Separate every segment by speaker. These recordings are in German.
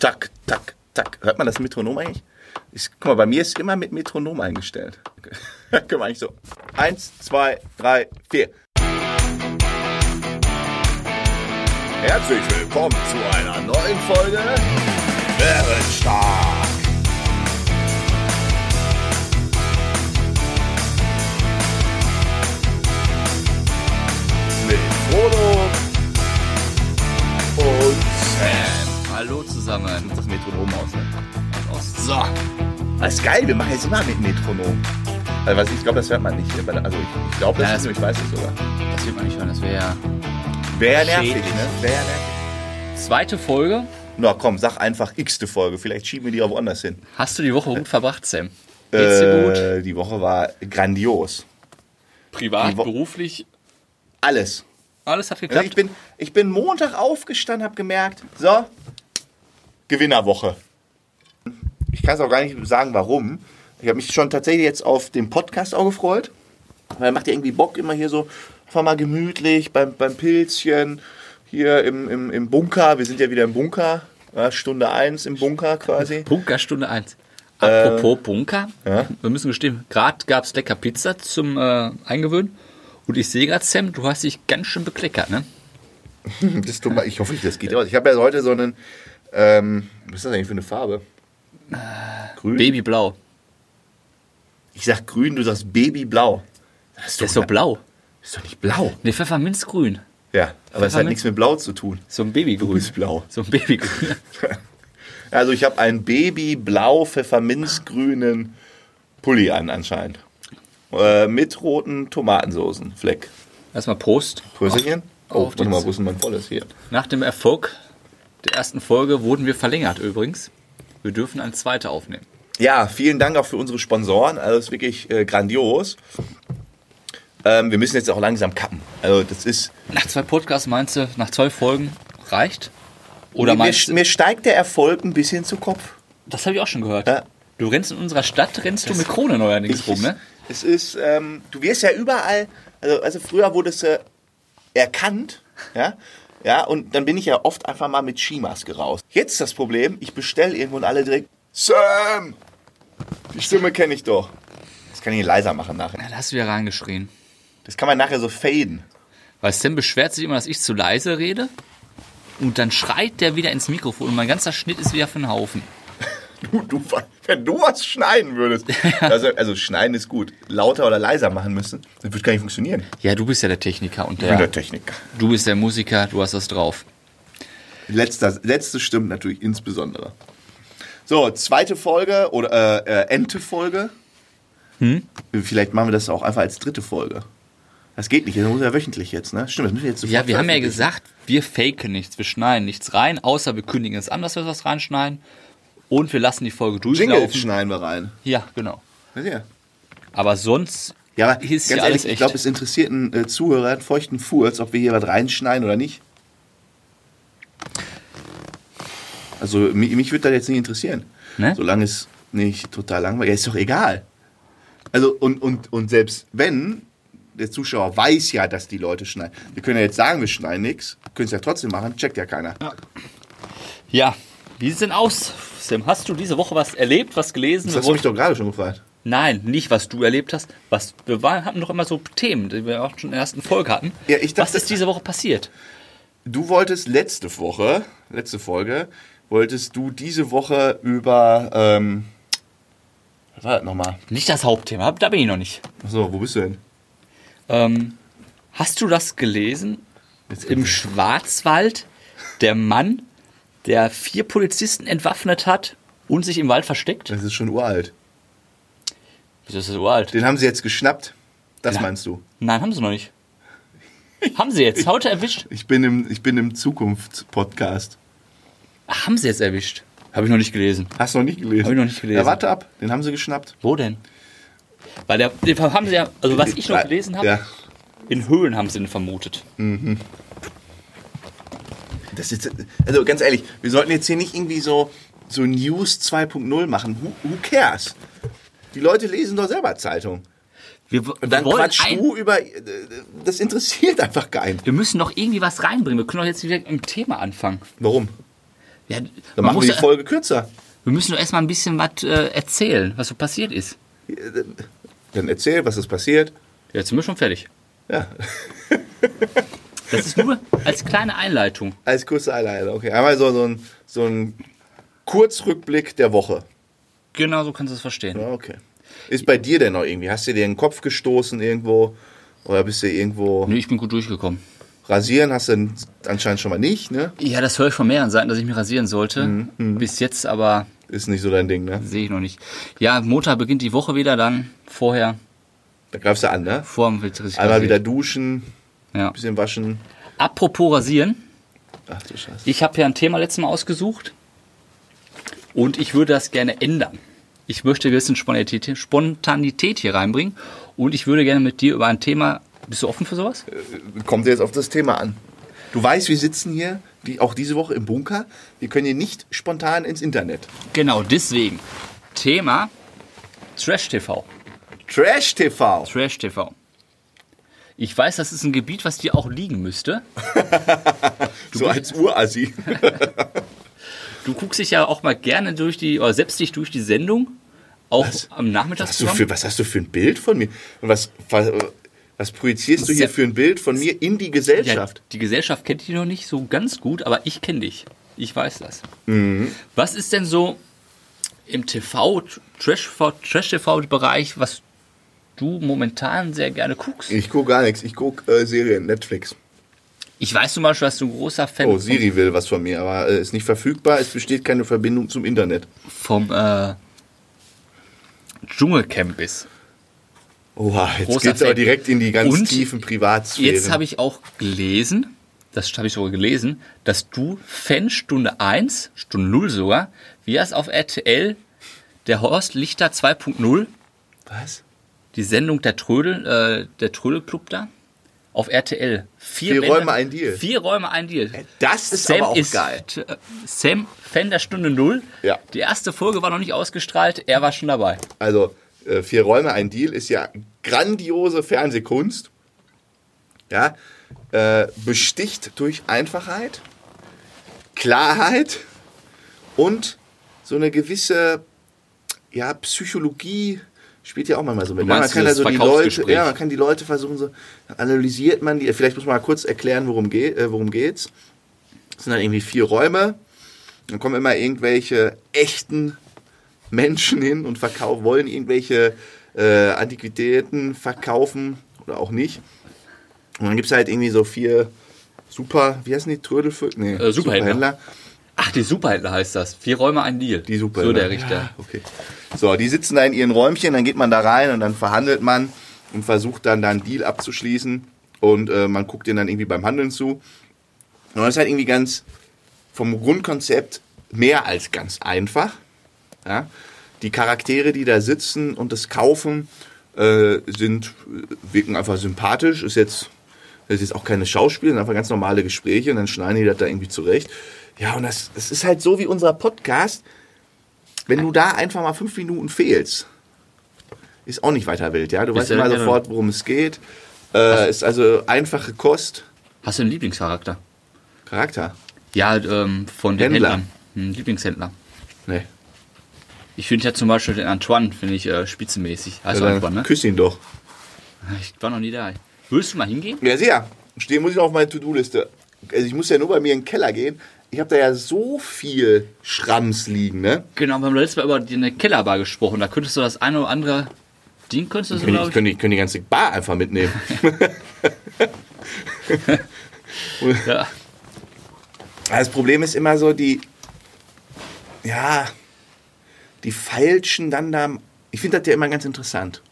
Speaker 1: tak, tak, tak. Hört man das Metronom eigentlich? Ich, guck mal, bei mir ist immer mit Metronom eingestellt. guck mal, eigentlich so. Eins, zwei, drei, vier. Herzlich willkommen zu einer neuen Folge Bärenstark. Mit Frodo und Sam.
Speaker 2: Hallo
Speaker 1: Ich
Speaker 2: zusammen.
Speaker 1: muss das Metronom aus.
Speaker 2: Aus- So,
Speaker 1: Das ist geil, wir machen jetzt immer mit Metronom. Also, was, ich glaube, das hört man nicht. hier bei der- Also ich, ich glaube, das
Speaker 2: Ja,
Speaker 1: ist,
Speaker 2: das-
Speaker 1: ich weiß es sogar.
Speaker 2: das wird man nicht hören, das wäre ja.
Speaker 1: Wäre ja nervig,
Speaker 2: Schädlich.
Speaker 1: ne? Wäre ja nervig.
Speaker 2: Zweite Folge.
Speaker 1: Na komm, sag einfach x-te Folge. Vielleicht schieben wir die auch woanders hin.
Speaker 2: Hast du die Woche gut verbracht, Sam? Geht's dir
Speaker 1: Äh, Die Woche war grandios.
Speaker 2: gut? Privat,
Speaker 1: die Wo-
Speaker 2: beruflich,
Speaker 1: Alles.
Speaker 2: alles hat geklappt.
Speaker 1: Also ich, bin, ich bin Montag aufgestanden, habe gemerkt, so, Gewinnerwoche. Ich kann es auch gar nicht sagen, warum. Ich habe mich schon tatsächlich jetzt auf den Podcast auch gefreut. Weil macht ja irgendwie Bock, immer hier so, einfach mal gemütlich beim, beim Pilzchen, hier im, im, im Bunker. Wir sind ja wieder im Bunker. Ja, Stunde 1 im Bunker quasi.
Speaker 2: Bunkerstunde 1. Apropos
Speaker 1: Ähm,
Speaker 2: Bunker, wir müssen gestehen, gerade gab es lecker Pizza zum äh, Eingewöhnen. Und ich sehe gerade, Sam, du hast dich ganz schön bekleckert, ne?
Speaker 1: Das tut mir- ich hoffe, das geht aus. Ich habe ja heute so einen, ähm, was ist das eigentlich für eine Farbe? Grün?
Speaker 2: Babyblau.
Speaker 1: Ich sag grün, du sagst Babyblau. Das
Speaker 2: Der ist so blau.
Speaker 1: Das ist doch nicht blau.
Speaker 2: Ne, Pfefferminzgrün.
Speaker 1: Ja, aber es hat
Speaker 2: Pfefferminz?
Speaker 1: nichts mit blau zu tun.
Speaker 2: So ein Babygrün.
Speaker 1: Du bist blau.
Speaker 2: So ein Babygrün.
Speaker 1: Also ich habe einen babyblau pfefferminzgrünen Pulli an anscheinend. Äh, mit roten Tomatensoßenfleck.
Speaker 2: Erstmal Prost.
Speaker 1: Prösterchen? Oh,
Speaker 2: auf
Speaker 1: warte mal,
Speaker 2: den-
Speaker 1: wo ist denn mein volles hier?
Speaker 2: Nach dem Erfolg der ersten Folge wurden wir verlängert übrigens. Wir dürfen eine zweite aufnehmen.
Speaker 1: Ja, vielen Dank auch für unsere Sponsoren. Also es ist wirklich äh, grandios. Ähm, wir müssen jetzt auch langsam kappen. Also das ist
Speaker 2: Nach zwei Podcasts meinst du, nach zwei Folgen reicht? Oder
Speaker 1: mir,
Speaker 2: meinst du,
Speaker 1: mir steigt der Erfolg ein bisschen zu Kopf.
Speaker 2: das habe ich auch schon gehört.
Speaker 1: Ja.
Speaker 2: Du rennst in unserer Stadt, rennst du mit Krone neuerdings rum, ne?
Speaker 1: Es ist, ähm, du wirst ja überall, also, also früher wurde es äh, erkannt, ja, ja, und dann bin ich ja oft einfach mal mit Skimaske raus. Jetzt das Problem, ich bestelle irgendwo und alle direkt, Sam, die Stimme kenne ich doch. Das kann ich leiser machen nachher.
Speaker 2: Ja, da hast du wieder reingeschrien.
Speaker 1: Das kann man nachher so faden.
Speaker 2: Weil Sam beschwert sich immer, dass ich zu leise rede. Und dann schreit der wieder ins Mikrofon und mein ganzer Schnitt ist wieder für den Haufen.
Speaker 1: Du, du, wenn du was schneiden würdest, also, also schneiden ist gut, lauter oder leiser machen müssen, das würde gar nicht funktionieren.
Speaker 2: Ja, du bist ja der Techniker und
Speaker 1: Ich bin
Speaker 2: der,
Speaker 1: der Techniker.
Speaker 2: du bist der Musiker, du hast das drauf.
Speaker 1: Letzter, letzte stimmt natürlich insbesondere. So, zweite Folge oder äh, äh, Ente Folge.
Speaker 2: Hm?
Speaker 1: Vielleicht machen wir das auch einfach als dritte Folge. Das geht nicht, das muss ja wöchentlich jetzt, ne? Stimmt, das müssen wir jetzt sofort
Speaker 2: Ja, wir haben ja
Speaker 1: veröffentlichen.
Speaker 2: gesagt, wir faken nichts, wir schneiden nichts rein, außer wir kündigen es an, dass wir was reinschneiden. Und wir lassen die Folge durchlaufen.
Speaker 1: Jingles schneiden wir rein.
Speaker 2: Ja, genau.
Speaker 1: Ja,
Speaker 2: Aber sonst
Speaker 1: ja aber ganz
Speaker 2: ist ja alles
Speaker 1: ehrlich,
Speaker 2: echt.
Speaker 1: ich glaube, es interessiert einen äh, Zuhörer einen feuchten Furz, ob wir hier was reinschneiden oder nicht. Also mich, mich würde das jetzt nicht interessieren.
Speaker 2: Ne?
Speaker 1: Solange es nicht total langweilig ist, ist doch egal. Also, und, und, und selbst wenn, der Zuschauer weiß ja, dass die Leute schneiden. Wir können ja jetzt sagen, wir schneiden nichts, können es ja trotzdem machen, checkt ja keiner.
Speaker 2: ja, wie sieht's denn aus? Sam, hast du diese Woche was erlebt, was gelesen?
Speaker 1: Das hast du
Speaker 2: Wir
Speaker 1: mich doch gerade schon gefragt.
Speaker 2: wollten- Nein, nicht was du erlebt hast. Was wir waren, hatten doch immer so Themen, die wir auch schon in der ersten Folge hatten.
Speaker 1: Ja, ich dachte-
Speaker 2: was ist diese Woche passiert?
Speaker 1: Du wolltest letzte Woche, letzte Folge, wolltest du diese Woche über, ähm, was war das nochmal?
Speaker 2: Nicht das Hauptthema, da bin ich noch nicht.
Speaker 1: Achso, wo bist du denn?
Speaker 2: Ähm, hast du das gelesen?
Speaker 1: Jetzt
Speaker 2: Im Schwarzwald der Mann, der vier Polizisten entwaffnet hat und sich im Wald versteckt.
Speaker 1: Das ist schon uralt.
Speaker 2: Wieso ist das uralt?
Speaker 1: Den haben sie jetzt geschnappt. Das
Speaker 2: Ja.
Speaker 1: meinst du?
Speaker 2: Nein, haben sie noch nicht. haben sie jetzt? Heute erwischt?
Speaker 1: Ich bin im, ich bin im Zukunftspodcast.
Speaker 2: Ach, haben sie jetzt erwischt? Habe ich noch nicht gelesen.
Speaker 1: Hast du noch nicht gelesen?
Speaker 2: Hab ich noch nicht gelesen.
Speaker 1: Ja, warte ab, den haben sie geschnappt.
Speaker 2: Wo denn? Weil der, den haben sie ja, also was ich noch gelesen habe,
Speaker 1: Ja.
Speaker 2: in Höhlen haben sie ihn vermutet.
Speaker 1: Das ist, also ganz ehrlich, wir sollten jetzt hier nicht irgendwie so, so News 2.0 machen. Who, who cares? Die Leute lesen doch selber Zeitung.
Speaker 2: Wir, w- wir
Speaker 1: Dann
Speaker 2: wollen
Speaker 1: quatschst
Speaker 2: ein,
Speaker 1: du über. äh, Das interessiert einfach keinen.
Speaker 2: wir müssen noch irgendwie was reinbringen. Wir können doch jetzt direkt im Thema anfangen.
Speaker 1: Warum?
Speaker 2: Ja,
Speaker 1: Dann
Speaker 2: man
Speaker 1: machen
Speaker 2: muss,
Speaker 1: wir die
Speaker 2: ja-
Speaker 1: Folge kürzer.
Speaker 2: wir müssen doch erstmal ein bisschen was äh, erzählen, was so passiert ist.
Speaker 1: Dann erzähl, was ist passiert.
Speaker 2: Ja, Jetzt sind wir schon fertig.
Speaker 1: Ja,
Speaker 2: Das ist nur als kleine Einleitung.
Speaker 1: als kurze Einleitung. Okay, einmal so, so, ein, so ein Kurzrückblick der Woche.
Speaker 2: Genau so kannst du es verstehen.
Speaker 1: Ja, okay. Ist bei dir denn noch irgendwie? Hast du dir den Kopf gestoßen irgendwo? Oder bist du irgendwo
Speaker 2: Nee, ich bin gut durchgekommen.
Speaker 1: rasieren? Hast du anscheinend schon mal nicht, ne?
Speaker 2: Ja, das höre ich von mehreren Seiten, dass ich mich rasieren sollte. Bis jetzt aber
Speaker 1: Ist nicht so dein Ding, ne?
Speaker 2: sehe ich noch nicht. Ja, Montag beginnt die Woche wieder, dann vorher,
Speaker 1: Da greifst du an, ne?
Speaker 2: vor dem wird richtig
Speaker 1: Einmal wieder
Speaker 2: rasiert.
Speaker 1: duschen,
Speaker 2: Ja.
Speaker 1: bisschen waschen.
Speaker 2: Apropos rasieren,
Speaker 1: Ach du Scheiße.
Speaker 2: ich habe ja ein Thema letztes Mal ausgesucht und ich würde das gerne ändern. Ich möchte ein bisschen Spontanität, Spontanität hier reinbringen und ich würde gerne mit dir über ein Thema. Bist du offen für sowas?
Speaker 1: Kommt jetzt auf das Thema an. Du weißt, wir sitzen hier, die, auch diese Woche im Bunker. Wir können hier nicht spontan ins Internet.
Speaker 2: Genau, deswegen. Thema Trash TV.
Speaker 1: Trash TV.
Speaker 2: Trash TV. Ich weiß, das ist ein Gebiet, was dir auch liegen müsste.
Speaker 1: so als Urassi.
Speaker 2: Du guckst dich ja auch mal gerne durch die, oder setzt dich durch die Sendung, auch am Nachmittag
Speaker 1: Was hast, du für, was hast du für ein Bild von mir? Und was, was, was projizierst du hier für ein Bild von mir in die
Speaker 2: ja,
Speaker 1: Gesellschaft?
Speaker 2: die Gesellschaft kennt dich noch nicht so ganz gut, aber ich kenne dich. Ich weiß das.
Speaker 1: Mhm.
Speaker 2: Was ist denn so im TV, Trash-TV-Bereich, was du momentan sehr gerne guckst?
Speaker 1: Ich gucke gar nichts. Ich gucke äh, Serien, Netflix.
Speaker 2: Ich weiß zum Beispiel, dass du ein großer Fan
Speaker 1: Oh, Siri will was von mir, aber äh, ist nicht verfügbar. Es besteht keine Verbindung zum Internet.
Speaker 2: vom, vom äh, Dschungelcamp bist.
Speaker 1: Oha, jetzt
Speaker 2: Großer
Speaker 1: geht's aber
Speaker 2: Fan.
Speaker 1: direkt in die ganz
Speaker 2: Und
Speaker 1: tiefen Privatsphären.
Speaker 2: Jetzt habe ich auch gelesen, das habe ich sogar gelesen, dass du Fan Stunde 1, Stunde 0 sogar, wie es auf RTL der Horst Lichter 2.0,
Speaker 1: was?
Speaker 2: die Sendung der Trödel, äh, der Trödelclub da, auf RTL. Vier,
Speaker 1: Vier
Speaker 2: Bänder-
Speaker 1: Räume, ein Deal. Äh,
Speaker 2: Vier Räume, ein Deal.
Speaker 1: Das ist aber auch geil.
Speaker 2: t- äh, Sam, Fan der Stunde 0.
Speaker 1: Ja.
Speaker 2: Die erste Folge war noch nicht ausgestrahlt, er war schon dabei.
Speaker 1: Also, äh, vier Räume, ein Deal ist ja grandiose Fernsehkunst. Ja, äh, besticht durch Einfachheit, Klarheit und so eine gewisse ja, Psychologie spielt ja auch manchmal so mit.
Speaker 2: Du
Speaker 1: ne? Man
Speaker 2: meinst
Speaker 1: kann da
Speaker 2: dieses
Speaker 1: so die Leute,
Speaker 2: Verkaufsgespräch?
Speaker 1: ja, man kann die Leute versuchen, so dann analysiert man die. Vielleicht muss man mal kurz erklären, worum, geht, äh, worum geht's. Es sind dann irgendwie vier Räume. Dann kommen immer irgendwelche echten Menschen hin und verkaufen, wollen irgendwelche äh, Antiquitäten verkaufen oder auch nicht. Und dann gibt es halt irgendwie so vier super, wie heißen die Trödelfüchse? Nee,
Speaker 2: Äh, Superhändler. Ach, die Superhändler heißt das. Vier Räume, ein Deal.
Speaker 1: Die super.
Speaker 2: So der Richter.
Speaker 1: Ja, okay. So, die sitzen da in ihren Räumchen, dann geht man da rein und dann verhandelt man und versucht dann da einen Deal abzuschließen und äh, man guckt denen dann irgendwie beim Handeln zu. Und das ist halt irgendwie ganz vom Grundkonzept mehr als ganz einfach. Ja? Die Charaktere, die da sitzen und das kaufen, äh, sind, wirken einfach sympathisch. Ist jetzt, das ist jetzt auch keine Schauspiel, sind einfach ganz normale Gespräche und dann schneiden die das da irgendwie zurecht. Ja, und das, das ist halt so wie unser Podcast. Wenn du da einfach mal fünf Minuten fehlst, ist auch nicht weiter wild, ja. Du weißt
Speaker 2: ja
Speaker 1: immer
Speaker 2: genau.
Speaker 1: sofort, worum es geht. Äh, ist also einfache Kost.
Speaker 2: Hast du einen Lieblingscharakter?
Speaker 1: Charakter.
Speaker 2: Ja, ähm, von den
Speaker 1: Händler.
Speaker 2: Händlern. Hm, Lieblingshändler.
Speaker 1: Nee.
Speaker 2: Ich finde ja zum Beispiel den Antoine, finde ich äh, spitzenmäßig. Heißt
Speaker 1: Dann
Speaker 2: Antoine, ne?
Speaker 1: Küss ihn doch.
Speaker 2: Ich war noch nie da. Willst du mal hingehen?
Speaker 1: Ja, sehr. Stehen muss ich noch auf meine To-Do-Liste. Also ich muss ja nur bei mir in den Keller gehen. Ich habe da ja so viel Schrams liegen, ne?
Speaker 2: Genau, wir haben letztes Mal über die- eine Kellerbar gesprochen. Da könntest du das eine oder andere Ding, könntest du,
Speaker 1: Ich,
Speaker 2: glaube
Speaker 1: ich,
Speaker 2: ich.
Speaker 1: könnte, ich könnte die ganze Bar einfach mitnehmen.
Speaker 2: Ja.
Speaker 1: Das Problem ist immer so, die. Ja. Die feilschen dann da. Ich finde das ja immer ganz interessant.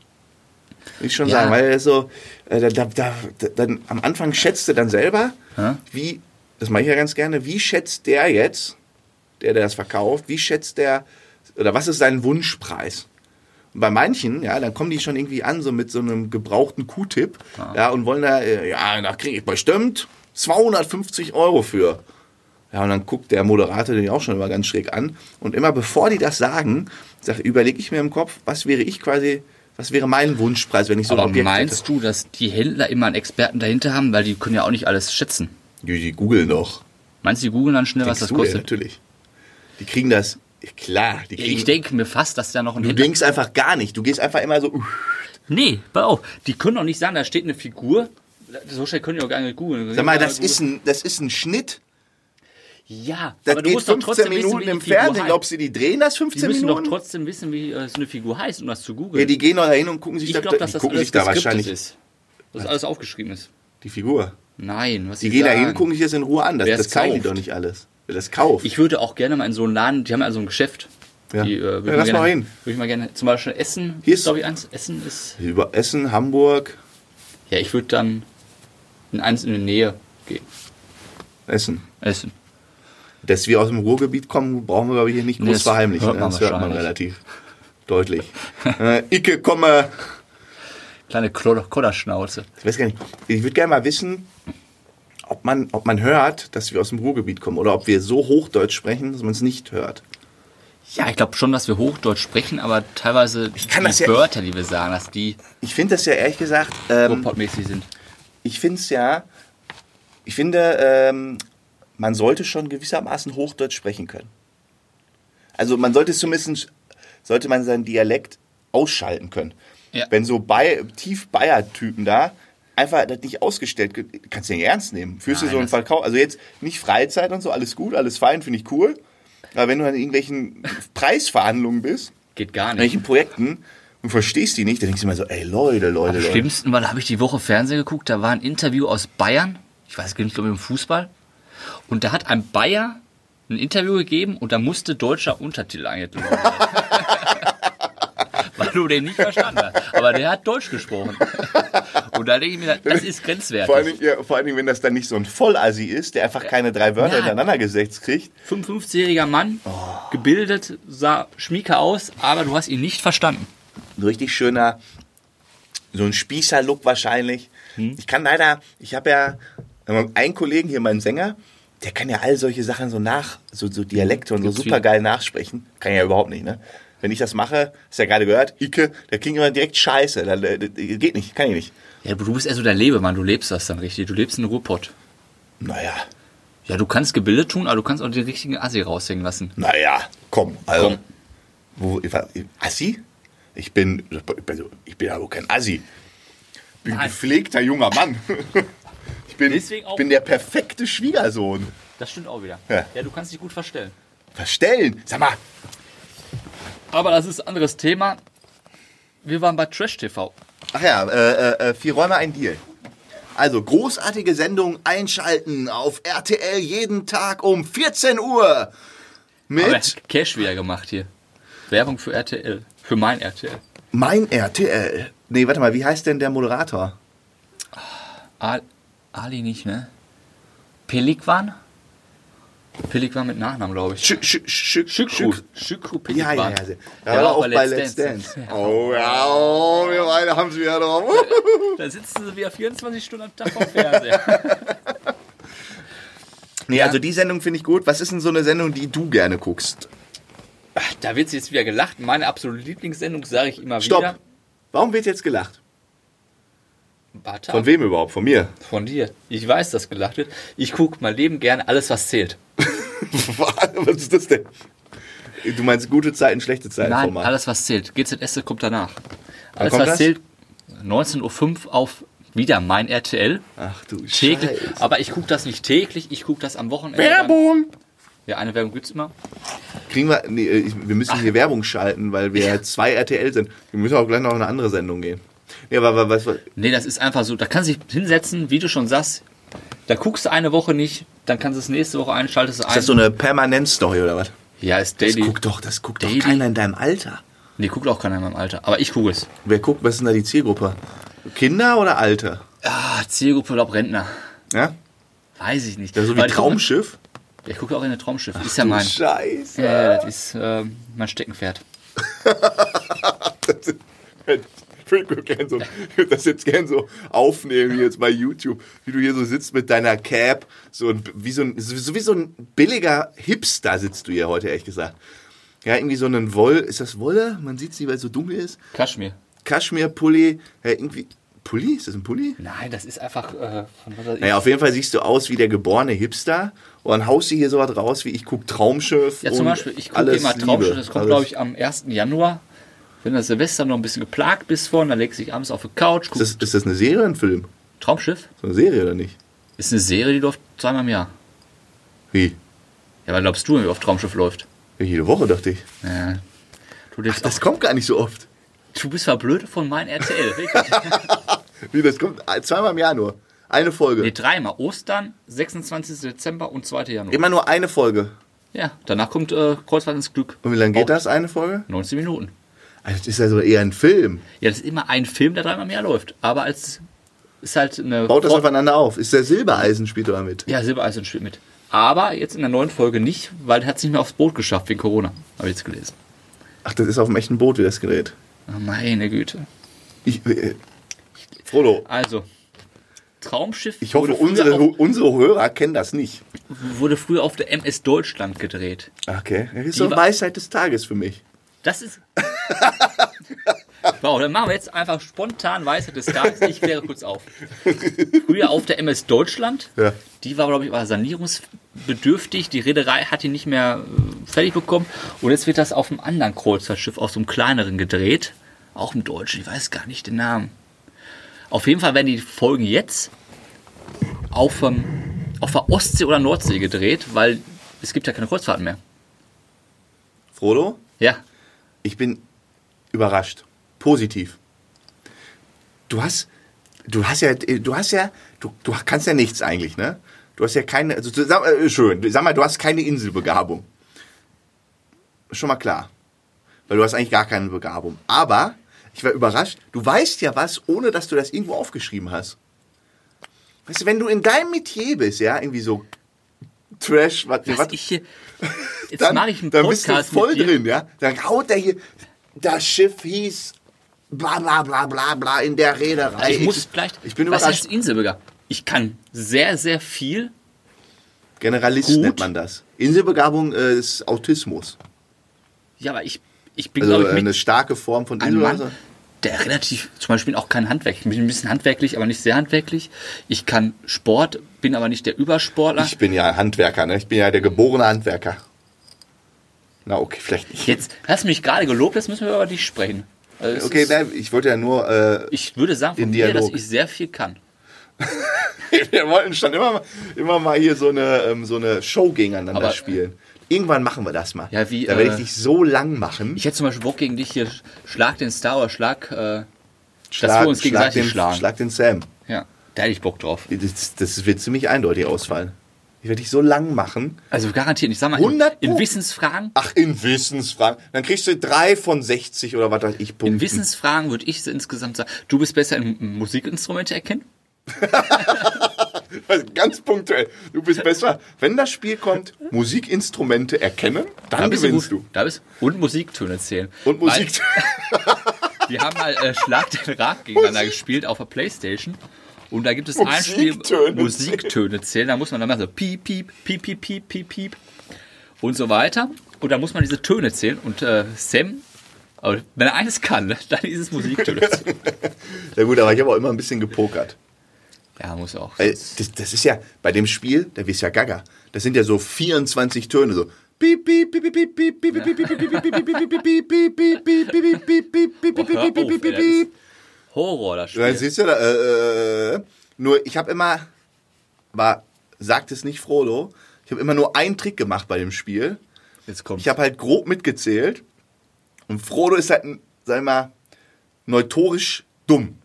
Speaker 1: Will ich schon
Speaker 2: Ja.
Speaker 1: sagen, weil das so. äh, Da, da, da, da, dann, am Anfang schätzt du dann selber,
Speaker 2: Ja.
Speaker 1: wie. Das mache ich ja ganz gerne. Wie schätzt der jetzt, der, der das verkauft, wie schätzt der. Oder was ist sein Wunschpreis? Und bei manchen, ja, dann kommen die schon irgendwie an, so mit so einem gebrauchten Q-Tip,
Speaker 2: Ah.
Speaker 1: ja. und wollen da, äh, ja, da kriege ich bestimmt 250 Euro für. Ja, und dann guckt der Moderator den auch schon immer ganz schräg an. Und immer bevor die das sagen, sag, überlege ich mir im Kopf, was wäre ich quasi, was wäre mein Wunschpreis, wenn ich so ein
Speaker 2: Aber
Speaker 1: Objekt
Speaker 2: meinst du, dass die Händler immer einen Experten dahinter haben? Weil die können ja auch nicht alles schätzen.
Speaker 1: hätte? Die, die googeln doch.
Speaker 2: Meinst du, die googeln dann schnell,
Speaker 1: Denkst
Speaker 2: was das
Speaker 1: du, ja,
Speaker 2: kostet?
Speaker 1: natürlich. Die kriegen das. Klar, die kriegen.
Speaker 2: Ich denke mir fast, dass da noch ein
Speaker 1: du
Speaker 2: Händler-
Speaker 1: denkst einfach gar nicht. Du gehst einfach immer so. uff.
Speaker 2: Nee, pass auf. Die können doch nicht sagen, da steht eine Figur. So schnell können die auch gar nicht googeln.
Speaker 1: Sag mal, das ist ein, das ist ein Schnitt.
Speaker 2: Ja,
Speaker 1: Das
Speaker 2: aber du
Speaker 1: geht
Speaker 2: musst doch
Speaker 1: 15
Speaker 2: trotzdem
Speaker 1: Minuten
Speaker 2: wissen, wie
Speaker 1: im
Speaker 2: die Figur
Speaker 1: Fernsehen.
Speaker 2: heißt.
Speaker 1: Glaubst du, die drehen das
Speaker 2: Die
Speaker 1: 15
Speaker 2: müssen doch
Speaker 1: Minuten?
Speaker 2: trotzdem wissen, wie äh, so eine Figur heißt, um das zu googeln.
Speaker 1: ja, die gehen doch da hin und gucken sich
Speaker 2: ich
Speaker 1: das,
Speaker 2: glaube, dass
Speaker 1: die
Speaker 2: das
Speaker 1: gucken
Speaker 2: alles
Speaker 1: sich da
Speaker 2: geskriptet
Speaker 1: wahrscheinlich
Speaker 2: ist. Dass alles aufgeschrieben ist.
Speaker 1: die Figur.
Speaker 2: Nein, was
Speaker 1: Die gehen da
Speaker 2: sagen.
Speaker 1: hin, gucken sich das in Ruhe an. Das,
Speaker 2: Wer's
Speaker 1: das zeigen die
Speaker 2: kauft.
Speaker 1: doch nicht alles. Wer das kauft.
Speaker 2: Ich würde auch gerne mal in so einen Laden, die haben ja so ein Geschäft.
Speaker 1: Ja.
Speaker 2: Die, äh,
Speaker 1: Ja,
Speaker 2: würde ich
Speaker 1: lass
Speaker 2: gerne,
Speaker 1: mal hin.
Speaker 2: Würde ich mal gerne, zum Beispiel Essen.
Speaker 1: Hier ist-
Speaker 2: glaube ich, eins. Essen ist.
Speaker 1: Über Essen, Hamburg,
Speaker 2: Ja, ich würde dann in eins in die Nähe gehen.
Speaker 1: Essen.
Speaker 2: Essen.
Speaker 1: Dass wir aus dem Ruhrgebiet kommen, brauchen wir, glaube ich, hier nicht groß
Speaker 2: das
Speaker 1: verheimlichen.
Speaker 2: hört
Speaker 1: ne?
Speaker 2: man
Speaker 1: das hört man
Speaker 2: wahrscheinlich.
Speaker 1: relativ deutlich. äh, Icke, komme.
Speaker 2: Kleine Klo- Kodderschnauze.
Speaker 1: Ich weiß gar nicht. Ich würde gerne mal wissen, ob man, ob man hört, dass wir aus dem Ruhrgebiet kommen oder ob wir so Hochdeutsch sprechen, dass man es nicht hört.
Speaker 2: Ja, ich glaube schon, dass wir Hochdeutsch sprechen, aber teilweise
Speaker 1: kann
Speaker 2: die
Speaker 1: das ja-
Speaker 2: Wörter, die wir sagen, dass die
Speaker 1: Ich finde das ja ehrlich gesagt, ähm,
Speaker 2: ruhrpottmäßig sind.
Speaker 1: ich finde es ja, ich finde, ähm, man sollte schon gewissermaßen Hochdeutsch sprechen können. Also man sollte zumindest, sollte man seinen Dialekt ausschalten können.
Speaker 2: Ja.
Speaker 1: Wenn so Bay, tief Bayer-Typen da einfach das nicht ausgestellt, ge- kannst du ja nicht ernst nehmen. Führst du
Speaker 2: Nein,
Speaker 1: so einen
Speaker 2: das-
Speaker 1: Verkauf, also jetzt nicht Freizeit und so, alles gut, alles fein, finde ich cool. Aber wenn du an irgendwelchen Preisverhandlungen bist,
Speaker 2: Geht gar
Speaker 1: an
Speaker 2: nicht.
Speaker 1: welchen Projekten, und verstehst die nicht, dann denkst du immer so, ey Leute, Leute,
Speaker 2: Am
Speaker 1: Leute.
Speaker 2: schlimmsten war, da habe ich die Woche Fernsehen geguckt, da war ein Interview aus Bayern, ich weiß gar nicht, glaube ich, im Fußball. Und da hat ein Bayer ein Interview gegeben und da musste deutscher Untertitel eingetragen werden. Weil du den nicht verstanden hast. Aber der hat Deutsch gesprochen. Und da denke ich mir, das ist
Speaker 1: Vor allen,
Speaker 2: grenzwertig.
Speaker 1: Dingen, ja, vor allen Dingen, wenn das dann nicht so ein Vollasi ist, der einfach keine drei Wörter
Speaker 2: Ja.
Speaker 1: hintereinander gesetzt kriegt.
Speaker 2: 55-jähriger Mann, gebildet, sah schmieker aus, aber du hast ihn nicht verstanden.
Speaker 1: Ein richtig schöner, so ein Spießer-Look wahrscheinlich.
Speaker 2: Hm.
Speaker 1: Ich kann leider, ich habe ja ähm, einen Kollegen hier, meinen Sänger, der kann ja all solche Sachen so nach, so, so Dialekte und so
Speaker 2: Gibt's
Speaker 1: supergeil nachsprechen. Kann ja überhaupt nicht, ne? Wenn ich das mache, hast du ja gerade gehört, Ike, der klingt immer direkt scheiße. Da- da- da- Geht nicht, kann ich nicht.
Speaker 2: Ja, du bist eher so der Lebemann, du lebst das dann richtig, du lebst in Ruhrpott.
Speaker 1: Naja,
Speaker 2: Ja, du kannst gebildet tun, aber du kannst auch den richtigen Assi raushängen lassen.
Speaker 1: naja, komm, also.
Speaker 2: Komm.
Speaker 1: Wo, ich war, Assi? Ich bin, also, ich bin aber kein Assi. Ich bin
Speaker 2: Nein.
Speaker 1: gepflegter junger Mann. Ich bin,
Speaker 2: Deswegen auch-
Speaker 1: ich bin der perfekte Schwiegersohn.
Speaker 2: Das stimmt auch wieder.
Speaker 1: Ja.
Speaker 2: du kannst dich gut verstellen.
Speaker 1: Verstellen. Sag mal,
Speaker 2: Aber das ist ein anderes Thema. Wir waren bei Trash TV.
Speaker 1: Ach ja, äh, äh, äh, vier Räume, ein Deal. Also, großartige Sendung einschalten auf RTL jeden Tag um 14 Uhr.
Speaker 2: Aber
Speaker 1: Mit
Speaker 2: Cash wieder gemacht hier. Werbung für RTL. Für mein RTL.
Speaker 1: mein RTL. Nee, warte mal, wie heißt denn der Moderator?
Speaker 2: Al Ali nicht, ne? Pelikwan? Pelikwan mit Nachnamen, glaube ich.
Speaker 1: Schick, schick, schick,
Speaker 2: Schükru. Schükru
Speaker 1: Ja,
Speaker 2: Pelikwan.
Speaker 1: ja, ja. Der war auch bei Let's Dance. Oh ja, oh, wir beide haben es wieder drauf.
Speaker 2: Da sitzen sie wieder 24 Stunden am Tag vom Fernseher.
Speaker 1: Nee, also die Sendung finde ich gut. Was ist denn so eine Sendung, die du gerne guckst?
Speaker 2: Ach, da wird jetzt wieder gelacht. Meine absolute Lieblingssendung sage ich immer
Speaker 1: Stopp.
Speaker 2: wieder.
Speaker 1: Warum wird jetzt gelacht?
Speaker 2: Warte
Speaker 1: Von
Speaker 2: ab.
Speaker 1: wem überhaupt? Von mir.
Speaker 2: Von dir. Ich weiß, dass gelacht wird. Ich gucke mein Leben gerne alles, was zählt.
Speaker 1: Was ist das denn? Du meinst gute Zeiten, schlechte Zeiten
Speaker 2: Nein, also
Speaker 1: Format.
Speaker 2: alles, was zählt. GZSZ kommt danach. Alles,
Speaker 1: kommt
Speaker 2: was
Speaker 1: das?
Speaker 2: zählt, 19.05 Uhr auf wieder mein RTL.
Speaker 1: Ach du
Speaker 2: Täglich.
Speaker 1: Scheiße.
Speaker 2: Aber ich gucke das nicht täglich, ich gucke das am Wochenende.
Speaker 1: Werbung!
Speaker 2: Dann. Ja, eine Werbung gibt es immer.
Speaker 1: Kriegen wir, nee, ich- wir müssen hier Werbung schalten, weil wir zwei RTL sind. Wir müssen auch gleich noch in eine andere Sendung gehen. Ja, aber, aber was, was,
Speaker 2: Nee, das ist einfach so. Da kannst du dich hinsetzen, wie du schon sagst. Da guckst du eine Woche nicht, dann kannst du es nächste Woche ein, schaltest du ein.
Speaker 1: ist das so eine Permanent-Story oder was?
Speaker 2: ja, ist
Speaker 1: Das
Speaker 2: Daily.
Speaker 1: guckt doch, das guckt doch
Speaker 2: Daily.
Speaker 1: keiner in deinem Alter.
Speaker 2: Nee, guckt auch keiner in meinem Alter. Aber ich gucke es.
Speaker 1: Wer guckt, was ist denn da die Zielgruppe? Kinder oder Alter?
Speaker 2: Ah, Zielgruppe, glaube Rentner.
Speaker 1: Ja?
Speaker 2: Weiß ich nicht.
Speaker 1: Das ist so wie
Speaker 2: Aber ich guck-
Speaker 1: Traumschiff.
Speaker 2: Ja, Ich gucke auch in der Traumschiff. ist ja mein.
Speaker 1: Scheiße.
Speaker 2: Ja, Äh, das ist ähm, mein Steckenpferd.
Speaker 1: Ich würde gern so, ich würd das jetzt gern so aufnehmen hier jetzt bei YouTube, wie du hier so sitzt mit deiner Cap, so ein, wie so ein, so wie so ein billiger Hipster sitzt du hier heute, ehrlich gesagt. Ja, irgendwie so einen Woll, ist das Wolle? Man sieht es nicht, weil es so dunkel ist.
Speaker 2: Kaschmir.
Speaker 1: Kaschmirpulli, ja, irgendwie, Pulli? Ist das ein Pulli?
Speaker 2: Nein, das ist einfach äh, von was weiß ich.
Speaker 1: Naja, auf jeden Fall siehst du aus wie der geborene Hipster und dann haust du hier sowas raus wie ich guck Traumschiff.
Speaker 2: Ja, zum
Speaker 1: und
Speaker 2: Beispiel, ich gucke
Speaker 1: alles
Speaker 2: immer
Speaker 1: Liebe.
Speaker 2: Traumschiff, das kommt,
Speaker 1: Alles-
Speaker 2: glaube ich, am 1. Januar. Wenn du Silvester noch ein bisschen geplagt bist von, dann legst du dich abends auf die Couch, guckst
Speaker 1: Ist das, ist das eine Serie oder ein Film?
Speaker 2: Traumschiff.
Speaker 1: So eine Serie oder nicht?
Speaker 2: Ist eine Serie, die läuft zweimal im Jahr.
Speaker 1: Wie?
Speaker 2: Ja, was glaubst du, wie oft Traumschiff läuft?
Speaker 1: Ja, jede Woche dachte ich.
Speaker 2: Ja. Du, denkst,
Speaker 1: Das kommt gar nicht so oft.
Speaker 2: ach, du bist verblödet von meinem RTL. wirklich.
Speaker 1: Wie, das kommt zweimal im Jahr nur. Eine Folge.
Speaker 2: nee, dreimal. Ostern, 26. Dezember und 2. Januar.
Speaker 1: Immer nur eine Folge.
Speaker 2: Ja, danach kommt äh, Kreuzfahrt ins Glück.
Speaker 1: Und wie lange geht
Speaker 2: Auch
Speaker 1: das, eine Folge?
Speaker 2: 19 Minuten.
Speaker 1: Also, das ist ja so eher ein Film.
Speaker 2: Ja, das ist immer ein Film, der dreimal im Jahr läuft. Aber als ist halt eine.
Speaker 1: Baut das aufeinander auf. Ist der Silbereisen spielt da mit.
Speaker 2: Ja, Silbereisen spielt mit. Aber jetzt in der neuen Folge nicht, weil er hat es nicht mehr aufs Boot geschafft wegen Corona. Habe ich jetzt gelesen.
Speaker 1: Ach, das ist auf dem echten Boot, wie das gerät.
Speaker 2: Ah, meine Güte.
Speaker 1: Ich, äh, Frodo,
Speaker 2: Also, Traumschiff
Speaker 1: ich hoffe,
Speaker 2: wurde, früher
Speaker 1: unsere,
Speaker 2: auf,
Speaker 1: unsere Hörer kennen das nicht.
Speaker 2: wurde früher auf der MS Deutschland gedreht.
Speaker 1: Okay, das ist
Speaker 2: Die
Speaker 1: so
Speaker 2: wa-
Speaker 1: Weisheit des Tages für mich.
Speaker 2: Das ist. wow, dann machen wir jetzt einfach spontan Weisheit des Tages. Ich kläre kurz auf. Früher auf der MS Deutschland.
Speaker 1: Ja.
Speaker 2: Die war, glaube ich, war sanierungsbedürftig. Die Reederei hat die nicht mehr äh, fertig bekommen. Und jetzt wird das auf einem anderen Kreuzfahrtschiff, auf so einem kleineren gedreht. Auch im Deutschen. Ich weiß gar nicht den Namen. Auf jeden Fall werden die Folgen jetzt auf, ähm, auf der Ostsee oder Nordsee gedreht, weil es gibt ja keine Kreuzfahrten mehr.
Speaker 1: Frodo,
Speaker 2: Ja,
Speaker 1: ich bin überrascht. Positiv. Du hast, du hast ja, du hast ja, du, du kannst ja nichts eigentlich, ne? Du hast ja keine, also, zu- sag, äh, schön, sag mal, du hast keine Inselbegabung. Schon mal klar. Weil du hast eigentlich gar keine Begabung. Aber, ich war überrascht, du weißt ja was, ohne dass du das irgendwo aufgeschrieben hast. Weißt du, wenn du in deinem Metier bist, ja, irgendwie so Trash, was,
Speaker 2: Was
Speaker 1: was
Speaker 2: ich hier. Jetzt
Speaker 1: dann,
Speaker 2: mache ich einen
Speaker 1: dann
Speaker 2: Podcast
Speaker 1: bist du voll
Speaker 2: mit dir.
Speaker 1: drin, ja? Dann haut er hier, das Schiff hieß bla bla bla bla bla in der Reederei.
Speaker 2: Also Ich muss gleich.
Speaker 1: ich bin
Speaker 2: was
Speaker 1: überrascht.
Speaker 2: heißt Inselbürger? Ich kann sehr, sehr viel.
Speaker 1: Generalist
Speaker 2: Gut.
Speaker 1: nennt man das. Inselbegabung äh, ist Autismus.
Speaker 2: Ja, aber ich, ich bin,
Speaker 1: Also
Speaker 2: glaube
Speaker 1: äh,
Speaker 2: ich,
Speaker 1: eine
Speaker 2: mit
Speaker 1: starke Form von
Speaker 2: einem
Speaker 1: Inselbegabung.
Speaker 2: Mann, der relativ, zum Beispiel auch kein Handwerk. Ich bin ein bisschen handwerklich, aber nicht sehr handwerklich. Ich kann Sport, bin aber nicht der Übersportler.
Speaker 1: Ich bin ja Handwerker, ne? Ich bin ja der geborene Handwerker. Na okay, vielleicht nicht.
Speaker 2: jetzt hast du mich gerade gelobt, jetzt müssen wir über dich sprechen. Also es
Speaker 1: Okay,
Speaker 2: ist,
Speaker 1: nein, ich wollte ja nur. Äh,
Speaker 2: ich würde sagen von
Speaker 1: in
Speaker 2: mir, dass
Speaker 1: Dialog.
Speaker 2: ich sehr viel kann.
Speaker 1: wir wollten schon immer mal, immer mal hier so eine, ähm, so eine Show gegeneinander
Speaker 2: Aber, äh,
Speaker 1: spielen. Irgendwann machen wir das mal.
Speaker 2: Ja, wie,
Speaker 1: da werde
Speaker 2: äh,
Speaker 1: ich dich so lang machen.
Speaker 2: Ich hätte zum Beispiel Bock gegen dich hier, schlag den Star oder schlag, äh, dass
Speaker 1: Schlag-
Speaker 2: wir uns
Speaker 1: schlag
Speaker 2: gegenseitig
Speaker 1: den,
Speaker 2: schlagen.
Speaker 1: Schlag den Sam.
Speaker 2: Ja, da hätte ich Bock drauf.
Speaker 1: Das, das wird ziemlich eindeutig ausfallen. Ich werde dich so lang machen.
Speaker 2: Also garantiert nicht. Sag mal,
Speaker 1: 100
Speaker 2: in, in
Speaker 1: Punkte.
Speaker 2: Wissensfragen,
Speaker 1: Ach, in Wissensfragen. Dann kriegst du drei von 60 oder was weiß ich Punkten.
Speaker 2: in Wissensfragen würde ich insgesamt sagen, du bist besser in Musikinstrumente erkennen.
Speaker 1: Also ganz punktuell. Du bist besser. Wenn das Spiel kommt, Musikinstrumente erkennen, dann gewinnst du.
Speaker 2: gut. Da bist und Musiktöne zählen.
Speaker 1: Und Musik.
Speaker 2: Weil, wir haben mal äh, Schlag den Rat gegeneinander
Speaker 1: Musik-
Speaker 2: gespielt auf der Playstation. Und da gibt es ein Spiel
Speaker 1: Musiktöne zählen.
Speaker 2: Musiktöne zählen. Da muss man dann machen so piep, piep, piep, piep, piep, piep, piep und so weiter. Und da muss man diese Töne zählen. Und äh, Sam, aber wenn er eines kann, dann ist es Musiktöne zählen.
Speaker 1: Ja gut, aber ich habe auch immer ein bisschen gepokert.
Speaker 2: Ja, muss auch.
Speaker 1: Weil das, das ist ja bei dem Spiel, da wirst du ja gaga. Das sind ja so 24 Töne, so. Piep, piep, piep, piep, piep, piep, piep, piep, piep, piep, piep, piep, piep, piep, piep, piep, piep, piep, piep, piep, piep, piep, piep, piep,
Speaker 2: Hör auf, ey, das ist
Speaker 1: piep.
Speaker 2: Horror, das Spiel.
Speaker 1: Dann siehst du da, äh, äh, äh, nur ich habe immer, aber sagt es nicht Frodo, ich habe immer nur einen Trick gemacht bei dem Spiel.
Speaker 2: Jetzt kommt.
Speaker 1: Ich habe halt grob mitgezählt und Frodo ist halt, sag ich mal, neutorisch dumm.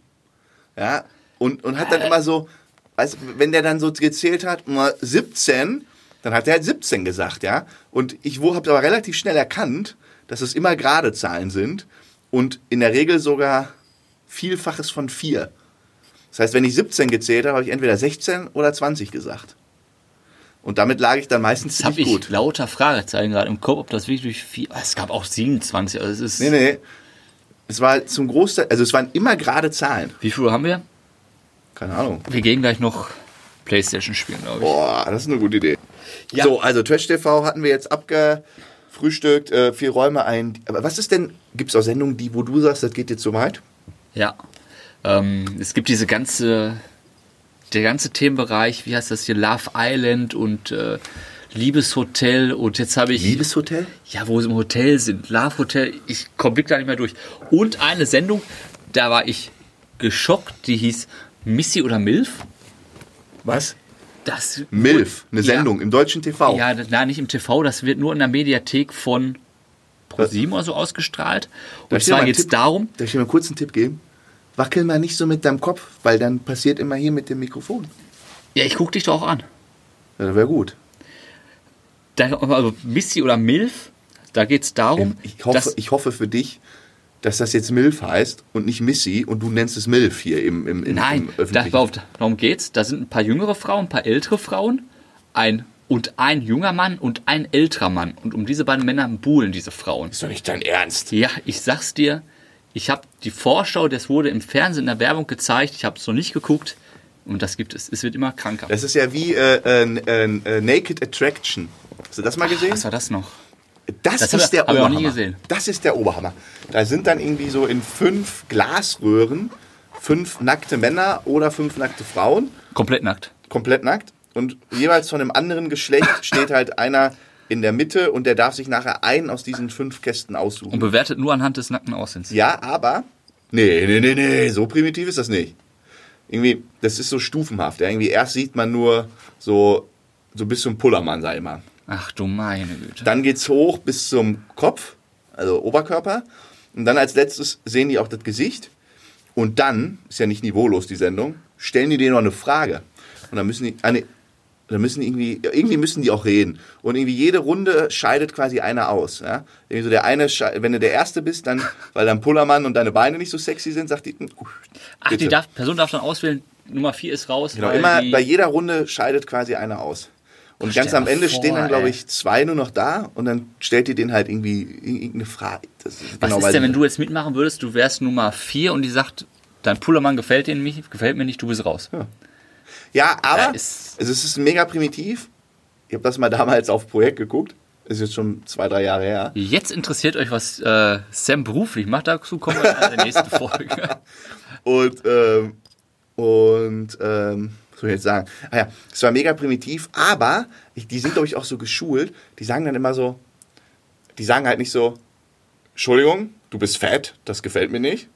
Speaker 1: Ja, und, und hat dann immer so, weißt, du, wenn der dann so gezählt hat, mal 17, dann hat er halt 17 gesagt, ja. Und ich habe aber relativ schnell erkannt, dass es immer gerade Zahlen sind und in der Regel sogar Vielfaches von 4. Das heißt, wenn ich 17 gezählt habe, habe ich entweder 16 oder 20 gesagt. Und damit lag ich dann meistens
Speaker 2: Jetzt habe
Speaker 1: ziemlich
Speaker 2: ich
Speaker 1: gut.
Speaker 2: lauter Fragezeichen gerade im Kopf, ob das wirklich viel. Ah, Es gab auch 27. Also es ist,
Speaker 1: Nee, nee. Es war zum Großteil, also es waren immer gerade Zahlen.
Speaker 2: Wie viel Uhr haben wir?
Speaker 1: Keine Ahnung.
Speaker 2: Wir gehen gleich noch Playstation spielen, glaube ich.
Speaker 1: Boah, das ist eine gute Idee.
Speaker 2: Ja.
Speaker 1: So, also Trash TV hatten wir jetzt abgefrühstückt, äh, vier Räume ein. Aber was ist denn, gibt es auch Sendungen, die, wo du sagst, das geht dir zu weit?
Speaker 2: Ja. Ähm, es gibt diese ganze, der ganze Themenbereich, wie heißt das hier, Love Island und äh, Liebeshotel und jetzt habe ich.
Speaker 1: Liebeshotel?
Speaker 2: Ja, wo sie im Hotel sind. Love Hotel, ich komme da nicht mehr durch. Und eine Sendung, da war ich geschockt, die hieß Missy oder Milf.
Speaker 1: Was?
Speaker 2: Das
Speaker 1: MILF, eine
Speaker 2: Ja.
Speaker 1: Sendung im deutschen TV.
Speaker 2: Ja, das- nein, nicht im TV, das wird nur in der Mediathek von ProSieben oder so ausgestrahlt. Und
Speaker 1: ich dir mal
Speaker 2: zwar
Speaker 1: einen
Speaker 2: geht es
Speaker 1: Tipp-
Speaker 2: darum,
Speaker 1: Darf ich dir mal kurz einen Tipp geben? Wackel mal nicht so mit deinem Kopf, weil dann passiert immer hier mit dem Mikrofon.
Speaker 2: ja, ich gucke dich doch auch an.
Speaker 1: Ja, Das wäre gut.
Speaker 2: Da, also Missy oder Milf, da geht es darum,
Speaker 1: Ich hoffe,
Speaker 2: dass,
Speaker 1: ich hoffe für dich, dass das jetzt MILF heißt und nicht Missy und du nennst es MILF hier im, im, im,
Speaker 2: nein,
Speaker 1: im
Speaker 2: da,
Speaker 1: öffentlichen.
Speaker 2: pass auf, darum geht's. Da sind ein paar jüngere Frauen, ein paar ältere Frauen, ein und ein junger Mann und ein älterer Mann. Und um diese beiden Männer buhlen diese Frauen.
Speaker 1: ist doch nicht dein Ernst.
Speaker 2: Ja, ich sag's dir, ich habe die Vorschau, das wurde im Fernsehen in der Werbung gezeigt, ich habe es noch nicht geguckt und das gibt es. Es wird immer kranker.
Speaker 1: Das ist ja wie äh, äh, äh, äh, Naked Attraction. Hast du das mal gesehen?
Speaker 2: Was war das noch?
Speaker 1: Das,
Speaker 2: Das
Speaker 1: ist
Speaker 2: hab-
Speaker 1: der
Speaker 2: hab ich auch nie
Speaker 1: Oberhammer.
Speaker 2: gesehen.
Speaker 1: Das ist der Oberhammer. Da sind dann irgendwie so in fünf Glasröhren fünf nackte Männer oder fünf nackte Frauen,
Speaker 2: Komplett nackt.
Speaker 1: komplett nackt. Und jeweils von einem anderen Geschlecht steht halt einer in der Mitte und der darf sich nachher einen aus diesen fünf Kästen
Speaker 2: Und
Speaker 1: aussuchen.
Speaker 2: bewertet nur anhand des nackten Aussehens.
Speaker 1: Ja, aber. Nee, nee, nee, nee, so primitiv ist das nicht. Irgendwie, das ist so stufenhaft. Ja? Irgendwie erst sieht man nur so, so bis zum Pullermann, sag ich mal.
Speaker 2: Ach du meine Güte.
Speaker 1: Dann geht's hoch bis zum Kopf, also Oberkörper. Und dann als letztes sehen die auch das Gesicht. Und dann, ist ja nicht niveaulos die Sendung, stellen die denen noch eine Frage. Und dann müssen die, ah, nee, dann müssen die irgendwie, ja, irgendwie müssen die auch reden. Und irgendwie jede Runde scheidet quasi einer aus. Ja? Irgendwie so der eine, schei- wenn du der Erste bist, dann, weil dein Pullermann und deine Beine nicht so sexy sind, sagt die, "Uh,
Speaker 2: Ach, die
Speaker 1: bitte."
Speaker 2: darf, Person darf dann auswählen, Nummer 4 ist raus.
Speaker 1: Genau,
Speaker 2: weil
Speaker 1: immer
Speaker 2: die,
Speaker 1: bei jeder Runde scheidet quasi einer aus. Und ganz
Speaker 2: stell
Speaker 1: am
Speaker 2: mal
Speaker 1: Ende
Speaker 2: vor,
Speaker 1: stehen dann, glaube
Speaker 2: ey.
Speaker 1: ich, zwei nur noch da und dann stellt ihr denen halt irgendwie ir- irgendeine Frage. Das ist
Speaker 2: was
Speaker 1: genau,
Speaker 2: ist
Speaker 1: weil-
Speaker 2: denn, wenn du jetzt mitmachen würdest, du wärst Nummer 4 und die sagt, dein Pullermann gefällt, denen nicht, gefällt mir nicht, du bist raus.
Speaker 1: Ja, aber
Speaker 2: Ja, ist-
Speaker 1: also es ist mega primitiv. Ich habe das mal damals auf Projekt geguckt. Ist jetzt schon zwei, drei Jahre her.
Speaker 2: Jetzt interessiert euch, was äh, Sam beruflich macht. Dazu kommen wir in der nächsten Folge.
Speaker 1: Und, ähm, und, ähm, was soll ich jetzt sagen? Ah ja, es war mega primitiv, aber ich, die sind, glaube ich, auch so geschult. Die sagen dann immer so, die sagen halt nicht so, Entschuldigung, du bist fett, das gefällt mir nicht.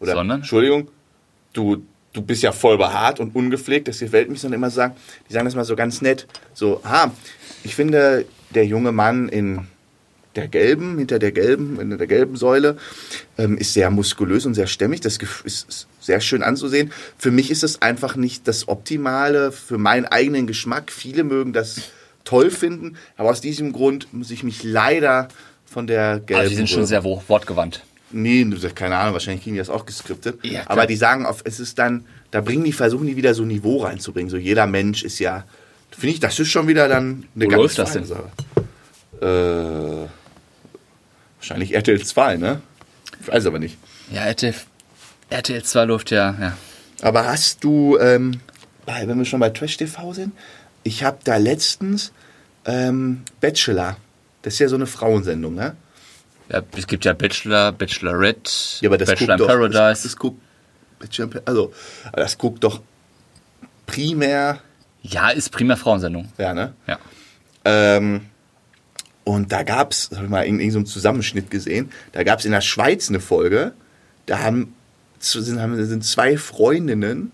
Speaker 1: Oder,
Speaker 2: Sondern?
Speaker 1: Entschuldigung, du, du bist ja voll behaart und ungepflegt, das gefällt mir, sondern immer sagen, die sagen das mal so ganz nett, so, ah, ich finde, der junge Mann in der gelben, hinter der gelben, hinter der gelben Säule, ähm, ist sehr muskulös und sehr stämmig. Das gef- ist ist sehr schön anzusehen. Für mich ist es einfach nicht das Optimale für meinen eigenen Geschmack. Viele mögen das toll finden, aber aus diesem Grund muss ich mich leider von der gelben.
Speaker 2: Also die sind schon
Speaker 1: Röhre-
Speaker 2: sehr wo- wortgewandt.
Speaker 1: Nee, du- keine Ahnung, wahrscheinlich kriegen die das auch geskriptet.
Speaker 2: Ja, klar.
Speaker 1: aber die sagen, auf, es ist dann, da bringen die, versuchen die wieder so ein Niveau reinzubringen. So jeder Mensch ist ja, finde ich, das ist schon wieder dann eine
Speaker 2: Wo
Speaker 1: ganz
Speaker 2: läuft das
Speaker 1: feine
Speaker 2: denn?
Speaker 1: Sache. Äh, wahrscheinlich RTL 2, ne? Ich weiß aber nicht.
Speaker 2: Ja, RTL, RTL 2 läuft ja, ja.
Speaker 1: Aber hast du, ähm, bei- wenn wir schon bei Trash TV sind, ich habe da letztens ähm, Bachelor. Das ist ja so eine Frauensendung, ne?
Speaker 2: ja. Es gibt ja Bachelor, Bachelorette,
Speaker 1: Ja, aber das
Speaker 2: Bachelor in
Speaker 1: guckt doch,
Speaker 2: Paradise.
Speaker 1: Das, das guckt, also, das guckt doch primär,
Speaker 2: Ja, ist prima Frauensendung.
Speaker 1: ja, ne?
Speaker 2: Ja.
Speaker 1: Ähm, und da gab's, hab ich mal in irgendeinem Zusammenschnitt gesehen, da gab's in der Schweiz eine Folge, da haben, zu- sind, haben, sind zwei Freundinnen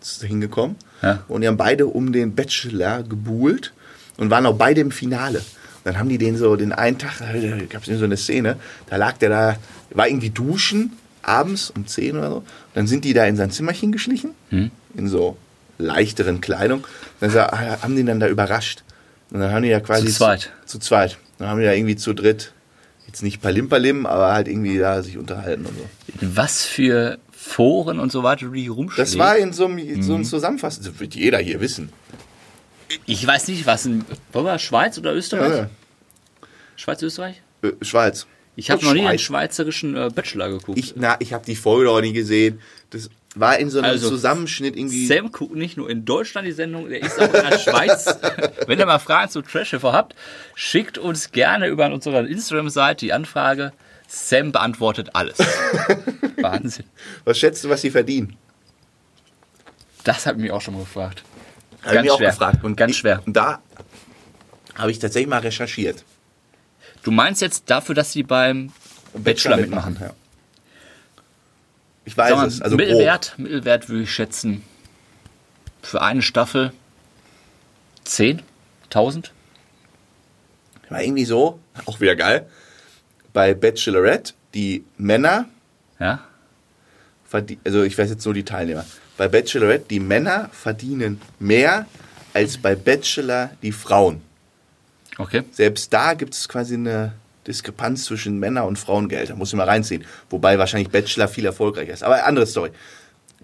Speaker 1: zu- hingekommen
Speaker 2: Ja.
Speaker 1: und die haben beide um den Bachelor gebuhlt und waren auch beide im Finale. Und dann haben die den so den einen Tag, da gab's so eine Szene, da lag der da, war irgendwie duschen, abends um 10 oder so. Und dann sind die da in sein Zimmerchen geschlichen, in so leichteren Kleidung. Und dann sa- haben die dann da überrascht. Und dann haben die ja quasi
Speaker 2: Zu zweit.
Speaker 1: Zu, zu zweit. Dann haben die da irgendwie zu dritt, jetzt nicht Palim Palim, aber halt irgendwie da sich unterhalten und so.
Speaker 2: In was für Foren und so weiter du die
Speaker 1: Das
Speaker 2: rumschlägst.
Speaker 1: war in so einem,
Speaker 2: Mhm.
Speaker 1: in so einem Zusammenfassen, das wird jeder hier wissen.
Speaker 2: ich weiß nicht, was in. Wollen wir Schweiz oder Österreich?
Speaker 1: Ja, ja.
Speaker 2: Schweiz, Österreich?
Speaker 1: Äh, Schweiz.
Speaker 2: Ich habe noch nie einen
Speaker 1: Schweiz.
Speaker 2: schweizerischen äh, Bachelor geguckt.
Speaker 1: Ich, na, ich habe die Folge doch nie gesehen. Das war in so einem
Speaker 2: Also,
Speaker 1: Zusammenschnitt irgendwie.
Speaker 2: Sam guckt nicht nur in Deutschland die Sendung, der ist auch in der Schweiz. Wenn ihr mal Fragen zu Trash Schiffer habt, schickt uns gerne über unsere Instagram-Seite die Anfrage. Sam beantwortet alles. Wahnsinn.
Speaker 1: Was schätzt du, was sie verdienen?
Speaker 2: Das hat mich auch schon mal gefragt.
Speaker 1: Hab ich mich auch
Speaker 2: schwer.
Speaker 1: gefragt. Und
Speaker 2: ganz
Speaker 1: ich,
Speaker 2: schwer.
Speaker 1: Und da habe ich tatsächlich mal recherchiert.
Speaker 2: Du meinst jetzt dafür, dass sie beim Bachelor mitmachen?
Speaker 1: Ja. Ich weiß
Speaker 2: Sag mal,
Speaker 1: es. Also grob.
Speaker 2: Mittelwert, Mittelwert würde ich schätzen. Für eine Staffel 10.000?
Speaker 1: War irgendwie so, auch wieder geil. Bei Bachelorette, die Männer,
Speaker 2: Ja.
Speaker 1: verdie- also ich weiß jetzt nur die Teilnehmer. Bei Bachelorette, die Männer verdienen mehr als bei Bachelor die Frauen.
Speaker 2: Okay.
Speaker 1: selbst da gibt es quasi eine Diskrepanz zwischen Männer- und Frauengeldern. Muss ich mal reinziehen. Wobei wahrscheinlich Bachelor viel erfolgreicher ist. Aber andere Story.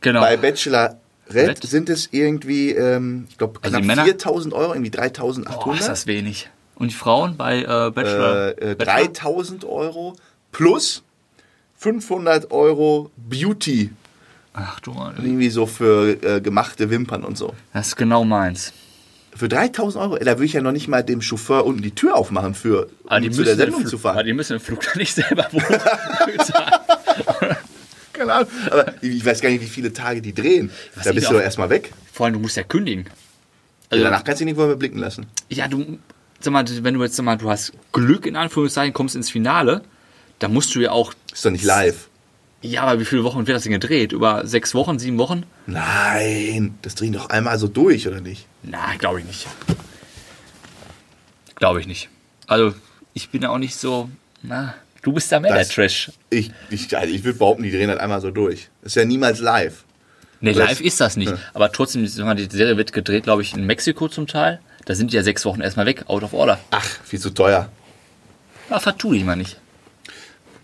Speaker 2: Genau.
Speaker 1: Bei Bachelor Red
Speaker 2: Red?
Speaker 1: sind es irgendwie, ähm, ich glaube,
Speaker 2: Also
Speaker 1: knapp
Speaker 2: die Männer-
Speaker 1: 4.000 Euro, irgendwie
Speaker 2: Boah, ist
Speaker 1: 3.800.
Speaker 2: das wenig. Und die Frauen bei äh, Bachelor?
Speaker 1: äh, äh,
Speaker 2: Bachelor?
Speaker 1: 3.000 Euro plus 500 Euro Beauty.
Speaker 2: Ach du, Mann.
Speaker 1: Irgendwie so für äh, gemachte Wimpern und so.
Speaker 2: das ist genau meins.
Speaker 1: Für 3.000 Euro, da würde ich ja noch nicht mal dem Chauffeur unten die Tür aufmachen, für, um
Speaker 2: Aber Ah, die
Speaker 1: zu der
Speaker 2: müssen den
Speaker 1: Sendung
Speaker 2: Flug-
Speaker 1: zu fahren.
Speaker 2: Aber Ah, die müssen im Flug dann nicht selber wohnen.
Speaker 1: Keine Ahnung. Aber ich weiß gar nicht, wie viele Tage die drehen.
Speaker 2: Was
Speaker 1: da
Speaker 2: ich
Speaker 1: bist
Speaker 2: auch-
Speaker 1: du doch erstmal weg.
Speaker 2: Vor allem, du musst ja kündigen.
Speaker 1: Also
Speaker 2: Also,
Speaker 1: danach kannst du dich nicht wohl mehr blicken lassen.
Speaker 2: ja, du, sag mal, wenn du jetzt sag mal, du hast Glück in Anführungszeichen, kommst ins Finale, dann musst du ja auch,
Speaker 1: Ist doch nicht live.
Speaker 2: ja, aber wie viele Wochen wird das denn gedreht? Über sechs Wochen, sieben Wochen?
Speaker 1: Nein, das drehen doch einmal so durch, oder nicht?
Speaker 2: Na, glaube ich nicht. Glaube ich nicht. Also, ich bin ja auch nicht so, na, du bist da mehr
Speaker 1: Das-
Speaker 2: der Trash.
Speaker 1: Ich, ich, also ich würde behaupten, die drehen halt einmal so durch. Ist ja niemals live.
Speaker 2: Nee,
Speaker 1: Das-
Speaker 2: live ist das nicht.
Speaker 1: Ja.
Speaker 2: Aber trotzdem, sag mal, die Serie wird gedreht, glaube ich, in Mexiko zum Teil. Da sind die ja sechs Wochen erstmal weg, out of order.
Speaker 1: Ach, viel zu teuer.
Speaker 2: Aber vertue ich mal nicht.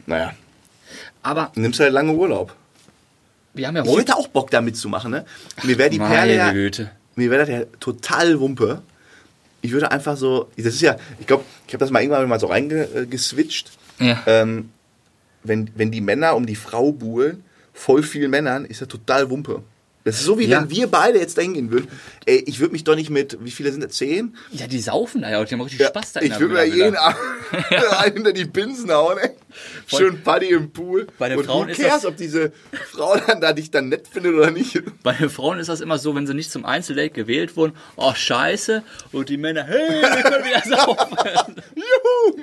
Speaker 1: Naja,
Speaker 2: Aber
Speaker 1: nimmst halt lange Urlaub.
Speaker 2: wir haben ja
Speaker 1: Ich
Speaker 2: heute.
Speaker 1: hätte auch Bock da mitzumachen, ne? Mir wäre die Perle
Speaker 2: Meine
Speaker 1: ja,
Speaker 2: Güte.
Speaker 1: mir wäre das ja total Wumpe. Ich würde einfach so, das ist ja, ich glaube, ich habe das mal irgendwann mal so reingeswitcht.
Speaker 2: Ja.
Speaker 1: ähm, wenn, wenn die Männer um die Frau buhlen, voll viel Männern, ist ja total Wumpe. Das ist so, wie
Speaker 2: Ja.
Speaker 1: wenn wir beide jetzt dahin gehen würden. Ey, ich würde mich doch nicht mit, wie viele sind das, zehn?
Speaker 2: ja, die saufen da ja auch. Die haben richtig Spaß da in
Speaker 1: ich
Speaker 2: der
Speaker 1: würde mir
Speaker 2: Villa
Speaker 1: jeden
Speaker 2: wieder.
Speaker 1: Abend einen hinter die Binsen hauen, ey. Schön Party im Pool.
Speaker 2: Bei den
Speaker 1: Und
Speaker 2: Frauen
Speaker 1: who
Speaker 2: ist
Speaker 1: cares,
Speaker 2: das-
Speaker 1: ob diese Frau dann da dich dann nett findet oder nicht.
Speaker 2: Bei den Frauen ist das immer so, wenn sie nicht zum Einzeldate gewählt wurden, oh scheiße. Und die Männer, hey, wir können wieder saufen.
Speaker 1: Juhu!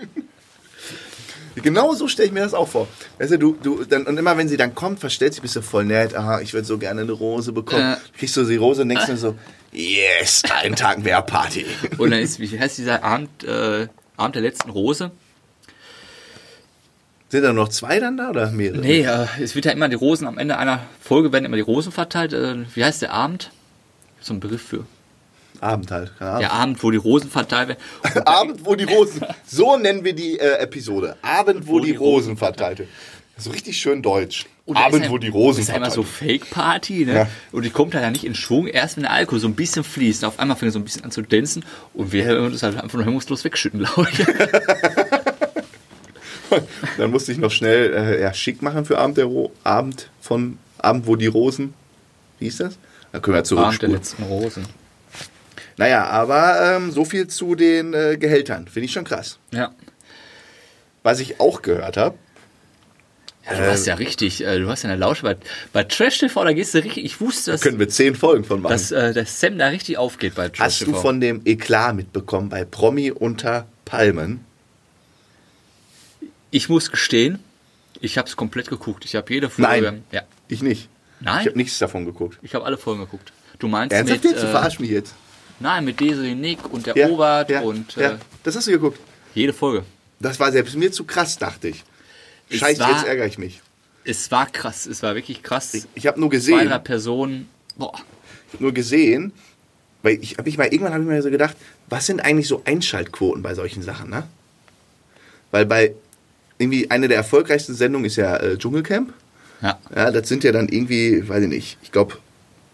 Speaker 1: Genau so stelle ich mir das auch vor. Weißt du, du, du, dann, und immer wenn sie dann kommt, verstellt sich, bist du voll nett. Aha, ich würde so gerne eine Rose bekommen.
Speaker 2: Ja.
Speaker 1: Du Kriegst du die Rose und denkst dir so, yes, einen Tag mehr Party.
Speaker 2: Und dann ist, wie heißt dieser Abend, äh, Abend der letzten Rose?
Speaker 1: Sind da noch zwei dann da oder mehrere?
Speaker 2: Nee, äh, es wird ja immer die Rosen, am Ende einer Folge werden immer die Rosen verteilt. Äh, wie heißt der Abend? So ein Begriff für.
Speaker 1: Abend halt, keine Ahnung.
Speaker 2: Der Abend, wo die Rosen verteilt werden. Und
Speaker 1: Abend, wo die Rosen. So nennen wir die äh, Episode. Abend, wo, die, Rosen verteilt werden. So richtig schön deutsch.
Speaker 2: Und da ist
Speaker 1: Abend,
Speaker 2: ja-
Speaker 1: wo die Rosen
Speaker 2: ist ja immer
Speaker 1: verteilt
Speaker 2: so
Speaker 1: werden.
Speaker 2: Fake-Party, ne?
Speaker 1: Ja.
Speaker 2: Und die kommt halt ja nicht in Schwung, erst wenn der Alkohol so ein bisschen fließt. Und auf einmal fängt er so ein bisschen an zu dansen und wir hören uns halt einfach nur hemmungslos wegschütten, glaube ich.
Speaker 1: Dann musste ich noch schnell äh, ja, schick machen für Abend, der Ro Abend von Abend, wo die Rosen. Wie hieß das? Da können wir
Speaker 2: Abend der
Speaker 1: zurückspulen.
Speaker 2: letzten Rosen.
Speaker 1: Naja, aber ähm, so viel zu den äh, Gehältern. Finde ich schon krass.
Speaker 2: Ja.
Speaker 1: Was ich auch gehört habe,
Speaker 2: Ja, du hast ja richtig, äh, du hast ja eine Lausche. Bei, bei Trash TV, da gehst du richtig, ich wusste, dass,
Speaker 1: können wir zehn Folgen von machen.
Speaker 2: dass, äh, dass Sam da richtig aufgeht bei Trash
Speaker 1: Hast
Speaker 2: TV.
Speaker 1: du von dem Eklat mitbekommen bei Promi unter Palmen?
Speaker 2: ich muss gestehen, ich habe es komplett geguckt. Ich habe jede Folge.
Speaker 1: Nein,
Speaker 2: Ja.
Speaker 1: ich nicht.
Speaker 2: Nein?
Speaker 1: Ich habe nichts davon geguckt.
Speaker 2: Ich habe alle Folgen geguckt. Du meinst
Speaker 1: Ernsthaft
Speaker 2: mit.
Speaker 1: jetzt? Du
Speaker 2: Äh,
Speaker 1: verarsch mich jetzt.
Speaker 2: nein, mit Desiree Nick und der Obert und äh,
Speaker 1: ja. Das hast du geguckt.
Speaker 2: jede Folge.
Speaker 1: Das war selbst mir zu krass, dachte ich.
Speaker 2: Es
Speaker 1: Scheiße,
Speaker 2: war-
Speaker 1: jetzt ärgere ich mich.
Speaker 2: Es war krass, es war wirklich krass.
Speaker 1: Ich habe nur
Speaker 2: Zwei,
Speaker 1: gesehen,
Speaker 2: drei Personen. Boah.
Speaker 1: nur gesehen, weil ich habe ich mal irgendwann habe ich mir so gedacht, was sind eigentlich so Einschaltquoten bei solchen Sachen, ne? Weil bei irgendwie eine der erfolgreichsten Sendungen ist ja äh, Dschungelcamp.
Speaker 2: Ja.
Speaker 1: Ja, das sind ja dann irgendwie, weiß ich nicht, ich glaube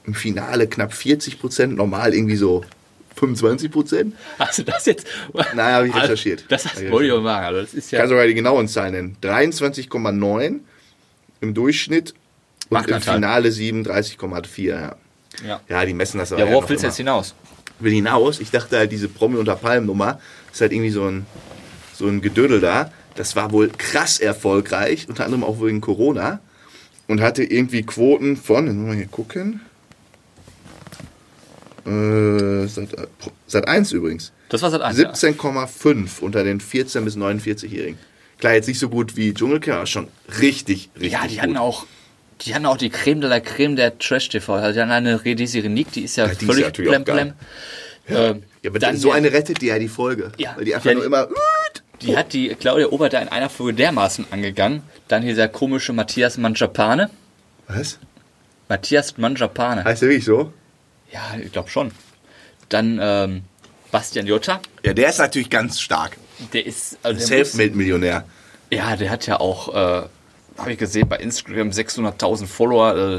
Speaker 1: im Finale knapp 40 Prozent, normal irgendwie so 25 Prozent.
Speaker 2: Hast du das jetzt? Also,
Speaker 1: Nein, habe ich recherchiert.
Speaker 2: Das
Speaker 1: Hab
Speaker 2: hast
Speaker 1: ich
Speaker 2: wollte ich auch sagen. Also das ist
Speaker 1: Ich kann
Speaker 2: ja
Speaker 1: sogar die genauen Zahlen nennen. 23,9 im Durchschnitt und
Speaker 2: Macht
Speaker 1: im
Speaker 2: Anteil.
Speaker 1: Finale 37,4. Ja.
Speaker 2: Ja.
Speaker 1: ja, die messen das aber.
Speaker 2: Ja, worauf
Speaker 1: noch
Speaker 2: willst du
Speaker 1: immer.
Speaker 2: jetzt hinaus?
Speaker 1: will hinaus. Ich dachte halt, diese Promi unter Palmen-Nummer ist halt irgendwie so ein, so ein Gedödel da. Das war wohl krass erfolgreich, unter anderem auch wegen Corona. Und hatte irgendwie Quoten von, jetzt muss man hier gucken. Äh, Sat, Sat 1 übrigens.
Speaker 2: Das war seit eins. Ja.
Speaker 1: 17,5 unter den 14- bis 49-Jährigen. Klar, jetzt nicht so gut wie Dschungelcamp, aber schon richtig, richtig
Speaker 2: ja, die
Speaker 1: gut.
Speaker 2: hatten auch. Die hatten auch die Creme de la Creme der Trash-TV. Also die hatten eine Rede Sirenik, die ist ja,
Speaker 1: die ist
Speaker 2: völlig
Speaker 1: natürlich auch
Speaker 2: blem blem. Ähm,
Speaker 1: ja, aber
Speaker 2: dann
Speaker 1: so
Speaker 2: der-
Speaker 1: eine rettet dir ja die Folge.
Speaker 2: Ja,
Speaker 1: weil die einfach
Speaker 2: ja,
Speaker 1: nur
Speaker 2: die-
Speaker 1: immer...
Speaker 2: Die hat die Claudia Obert da in einer Folge dermaßen angegangen. Dann hier dieser komische Matthias Mangiapane.
Speaker 1: Oh, Was?
Speaker 2: Matthias Mangiapane.
Speaker 1: Heißt der wirklich so?
Speaker 2: Ja, ich glaube schon. Dann ähm, Bastian Jotta.
Speaker 1: Ja, der ist natürlich ganz stark.
Speaker 2: Der ist. Also der muss,
Speaker 1: Selfmade-Millionär.
Speaker 2: ja, der hat ja auch, äh, habe ich gesehen, bei Instagram 600.000 Follower. Äh,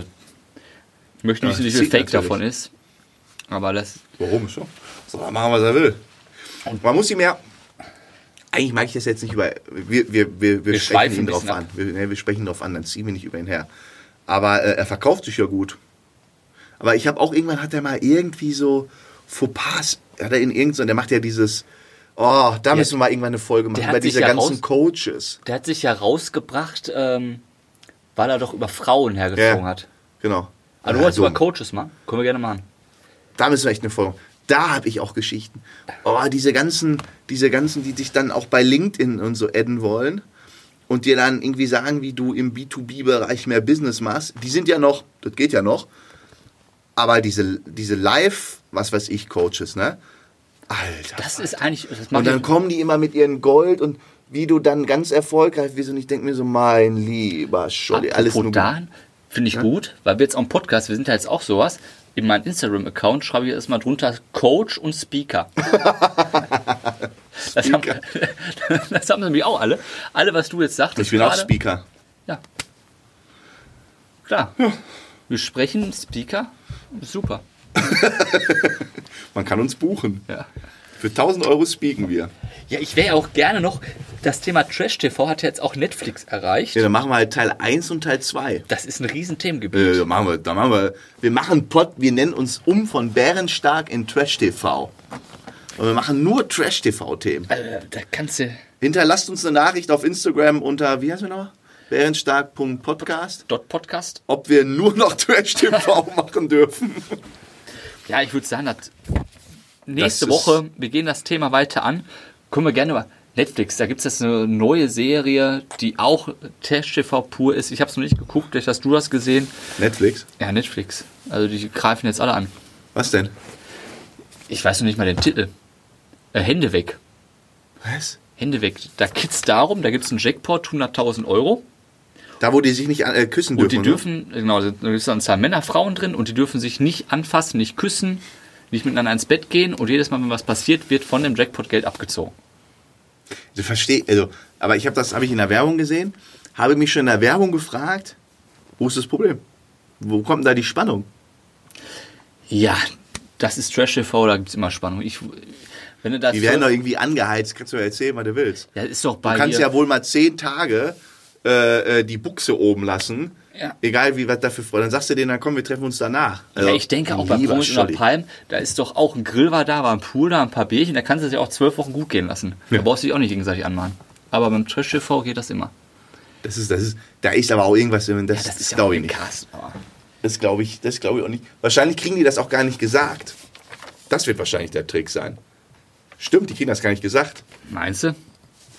Speaker 2: ich möchte nicht
Speaker 1: Ja,
Speaker 2: wissen, wie viel
Speaker 1: sieht
Speaker 2: Fake
Speaker 1: natürlich.
Speaker 2: davon ist. Aber das.
Speaker 1: Warum schon? Soll er machen, was er will. Man muss ihm ja. Eigentlich mag ich das jetzt nicht über. Wir, wir, wir, wir,
Speaker 2: schweifen
Speaker 1: sprechen ihn
Speaker 2: ein bisschen
Speaker 1: drauf an.
Speaker 2: ab.
Speaker 1: Wir, ne, wir sprechen ihn drauf an, dann ziehen wir nicht über ihn her. Aber äh, er verkauft sich ja gut. Aber ich habe auch irgendwann hat er mal irgendwie so Fauxpas. Hat er in irgendeinem. Der macht ja dieses. Oh, da müssen wir mal irgendwann eine Folge machen.
Speaker 2: hat
Speaker 1: Über
Speaker 2: sich
Speaker 1: diese
Speaker 2: ja
Speaker 1: ganzen
Speaker 2: raus-
Speaker 1: Coaches.
Speaker 2: Der hat sich ja rausgebracht, ähm, weil er doch über Frauen hergezogen hat.
Speaker 1: Genau.
Speaker 2: Also,
Speaker 1: Ja,
Speaker 2: du wolltest
Speaker 1: dumm.
Speaker 2: über Coaches machen? Können wir gerne machen.
Speaker 1: Da müssen wir echt eine Folge. Da habe ich auch Geschichten. Oh, diese ganzen, diese ganzen, die dich dann auch bei LinkedIn und so adden wollen und dir dann irgendwie sagen, wie du im B2B-Bereich mehr Business machst, die sind ja noch, das geht ja noch, aber diese, diese Live, was weiß ich, Coaches, ne? Alter.
Speaker 2: Das ist eigentlich. Das
Speaker 1: und
Speaker 2: macht
Speaker 1: dann kommen die immer mit ihren Gold und wie du dann ganz erfolgreich bist und ich denke mir so, mein lieber Scholli, alles
Speaker 2: Apropos
Speaker 1: nur gut.
Speaker 2: dahin finde ich gut, weil wir jetzt am Podcast, wir sind ja jetzt auch sowas. In meinem Instagram-Account schreibe ich erstmal drunter Coach und Speaker. Das, haben, das haben nämlich auch alle. Alle, was du jetzt sagtest.
Speaker 1: Ich bin auch
Speaker 2: gerade-
Speaker 1: Speaker.
Speaker 2: Ja. Klar. Wir sprechen Speaker. Super.
Speaker 1: Man kann uns buchen.
Speaker 2: Ja.
Speaker 1: Für 1000 Euro speaken wir.
Speaker 2: Ja, ich wäre ja auch gerne noch. Das Thema Trash TV hat ja jetzt auch Netflix erreicht.
Speaker 1: Ja, dann machen wir halt Teil 1 und Teil 2.
Speaker 2: Das ist ein Riesenthemengebiet.
Speaker 1: Äh, dann machen wir, dann machen wir. Wir machen Pod, wir nennen uns um von Bärenstark in Trash TV. Und wir machen nur Trash TV-Themen.
Speaker 2: Also, da kannst du.
Speaker 1: Hinterlasst uns eine Nachricht auf Instagram unter, wie heißt wir nochmal? Bärenstark.podcast,
Speaker 2: Dot Podcast.
Speaker 1: ob wir nur noch Trash TV machen dürfen.
Speaker 2: Ja, ich würde sagen, dass nächste
Speaker 1: ist-
Speaker 2: Woche, wir gehen das Thema weiter an, können wir gerne über Netflix, da gibt es jetzt eine neue Serie, die auch Trash-TV pur ist. Ich habe es noch nicht geguckt, vielleicht hast du das gesehen.
Speaker 1: Netflix?
Speaker 2: Ja, Netflix. Also die greifen jetzt alle an.
Speaker 1: Was denn?
Speaker 2: Ich weiß noch nicht mal den Titel. Äh, Hände weg.
Speaker 1: Was?
Speaker 2: Hände weg. Da geht's darum, da gibt es einen Jackpot, 100.000 Euro.
Speaker 1: Da, wo die sich nicht äh, küssen
Speaker 2: Und
Speaker 1: dürfen.
Speaker 2: die dürfen, genau, da ist dann zwei Männer, Frauen drin und die dürfen sich nicht anfassen, nicht küssen, nicht miteinander ins Bett gehen und jedes Mal, wenn was passiert, wird von dem Jackpot Geld abgezogen.
Speaker 1: Ich verstehe, also, aber ich habe das habe ich in der Werbung gesehen, habe mich schon in der Werbung gefragt, wo ist das Problem? Wo kommt denn da die Spannung?
Speaker 2: Ja, das ist Trash TV, da gibt's immer Spannung. Ich, wenn du das.
Speaker 1: Die werden doch irgendwie angeheizt, kannst du ja erzählen, was du willst.
Speaker 2: ja, ist doch bei.
Speaker 1: Du kannst
Speaker 2: hier-
Speaker 1: ja wohl mal zehn Tage äh, äh, die Buchse oben lassen.
Speaker 2: Ja.
Speaker 1: Egal wie was dafür vor. Dann sagst du denen, dann komm, wir treffen uns danach. Also,
Speaker 2: ja, ich denke auch bei
Speaker 1: lieber
Speaker 2: Promis oder
Speaker 1: Scholli.
Speaker 2: Palm, da ist doch auch ein Grill war da, war ein Pool da, ein paar Bierchen, da kannst du dich auch zwölf Wochen gut gehen lassen. Da brauchst du dich auch nicht gegenseitig anmachen. Aber beim Trash TV geht das immer.
Speaker 1: Das ist, das ist, da ist aber auch irgendwas, das, das,
Speaker 2: ja
Speaker 1: glaube ich
Speaker 2: auch
Speaker 1: nicht.
Speaker 2: krass, aber-
Speaker 1: Das glaube ich, das glaube ich auch nicht. Wahrscheinlich kriegen die das auch gar nicht gesagt. Das wird wahrscheinlich der Trick sein. Stimmt, die kriegen das gar nicht gesagt.
Speaker 2: Meinst du?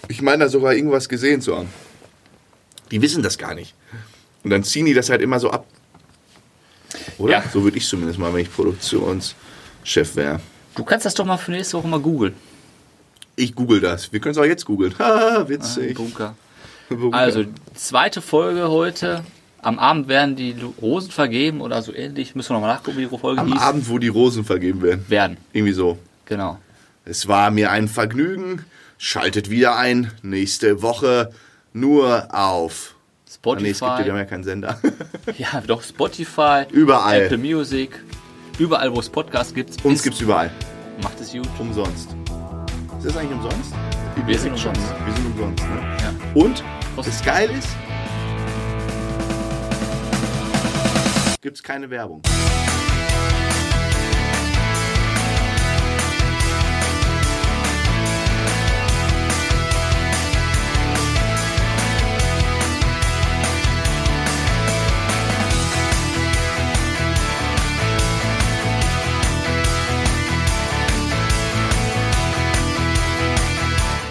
Speaker 1: Ich meine da sogar irgendwas gesehen zu haben. Die wissen das gar nicht. Und dann ziehen die das halt immer so ab. Oder?
Speaker 2: Ja.
Speaker 1: So würde ich zumindest mal, wenn ich Produktionschef wäre.
Speaker 2: Du kannst das doch mal für nächste Woche mal googeln.
Speaker 1: Ich google das. Wir können es auch jetzt googeln. Haha, witzig.
Speaker 2: Bunker.
Speaker 1: Bunker.
Speaker 2: Ah, Also, zweite Folge heute. Am Abend werden die Rosen vergeben oder so ähnlich. Müssen wir nochmal nachgucken, wie die Folge
Speaker 1: Am
Speaker 2: hieß.
Speaker 1: Abend, Ah, wo die Rosen vergeben werden.
Speaker 2: Werden,
Speaker 1: Irgendwie so.
Speaker 2: genau.
Speaker 1: Es war mir ein Vergnügen. Schaltet wieder ein. Nächste Woche nur auf. Ah,
Speaker 2: Spotify.
Speaker 1: Nee, es gibt ja, wir haben ja keinen Sender.
Speaker 2: Ja, doch Spotify,
Speaker 1: Überall.
Speaker 2: Apple Music, überall, wo es Podcasts gibt.
Speaker 1: Uns gibt's überall.
Speaker 2: Macht es gut.
Speaker 1: Umsonst. Ist das eigentlich umsonst?
Speaker 2: Wir sind umsonst.
Speaker 1: schon, ne? Wir sind umsonst. Ne?
Speaker 2: Ja.
Speaker 1: Und,
Speaker 2: Kostet-
Speaker 1: was geil ist, gibt es keine Werbung.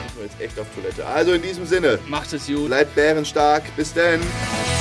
Speaker 1: Müssen wir jetzt echt auf Toilette. Also in diesem Sinne,
Speaker 2: Macht es gut.
Speaker 1: Also bleibt bärenstark. Bis denn.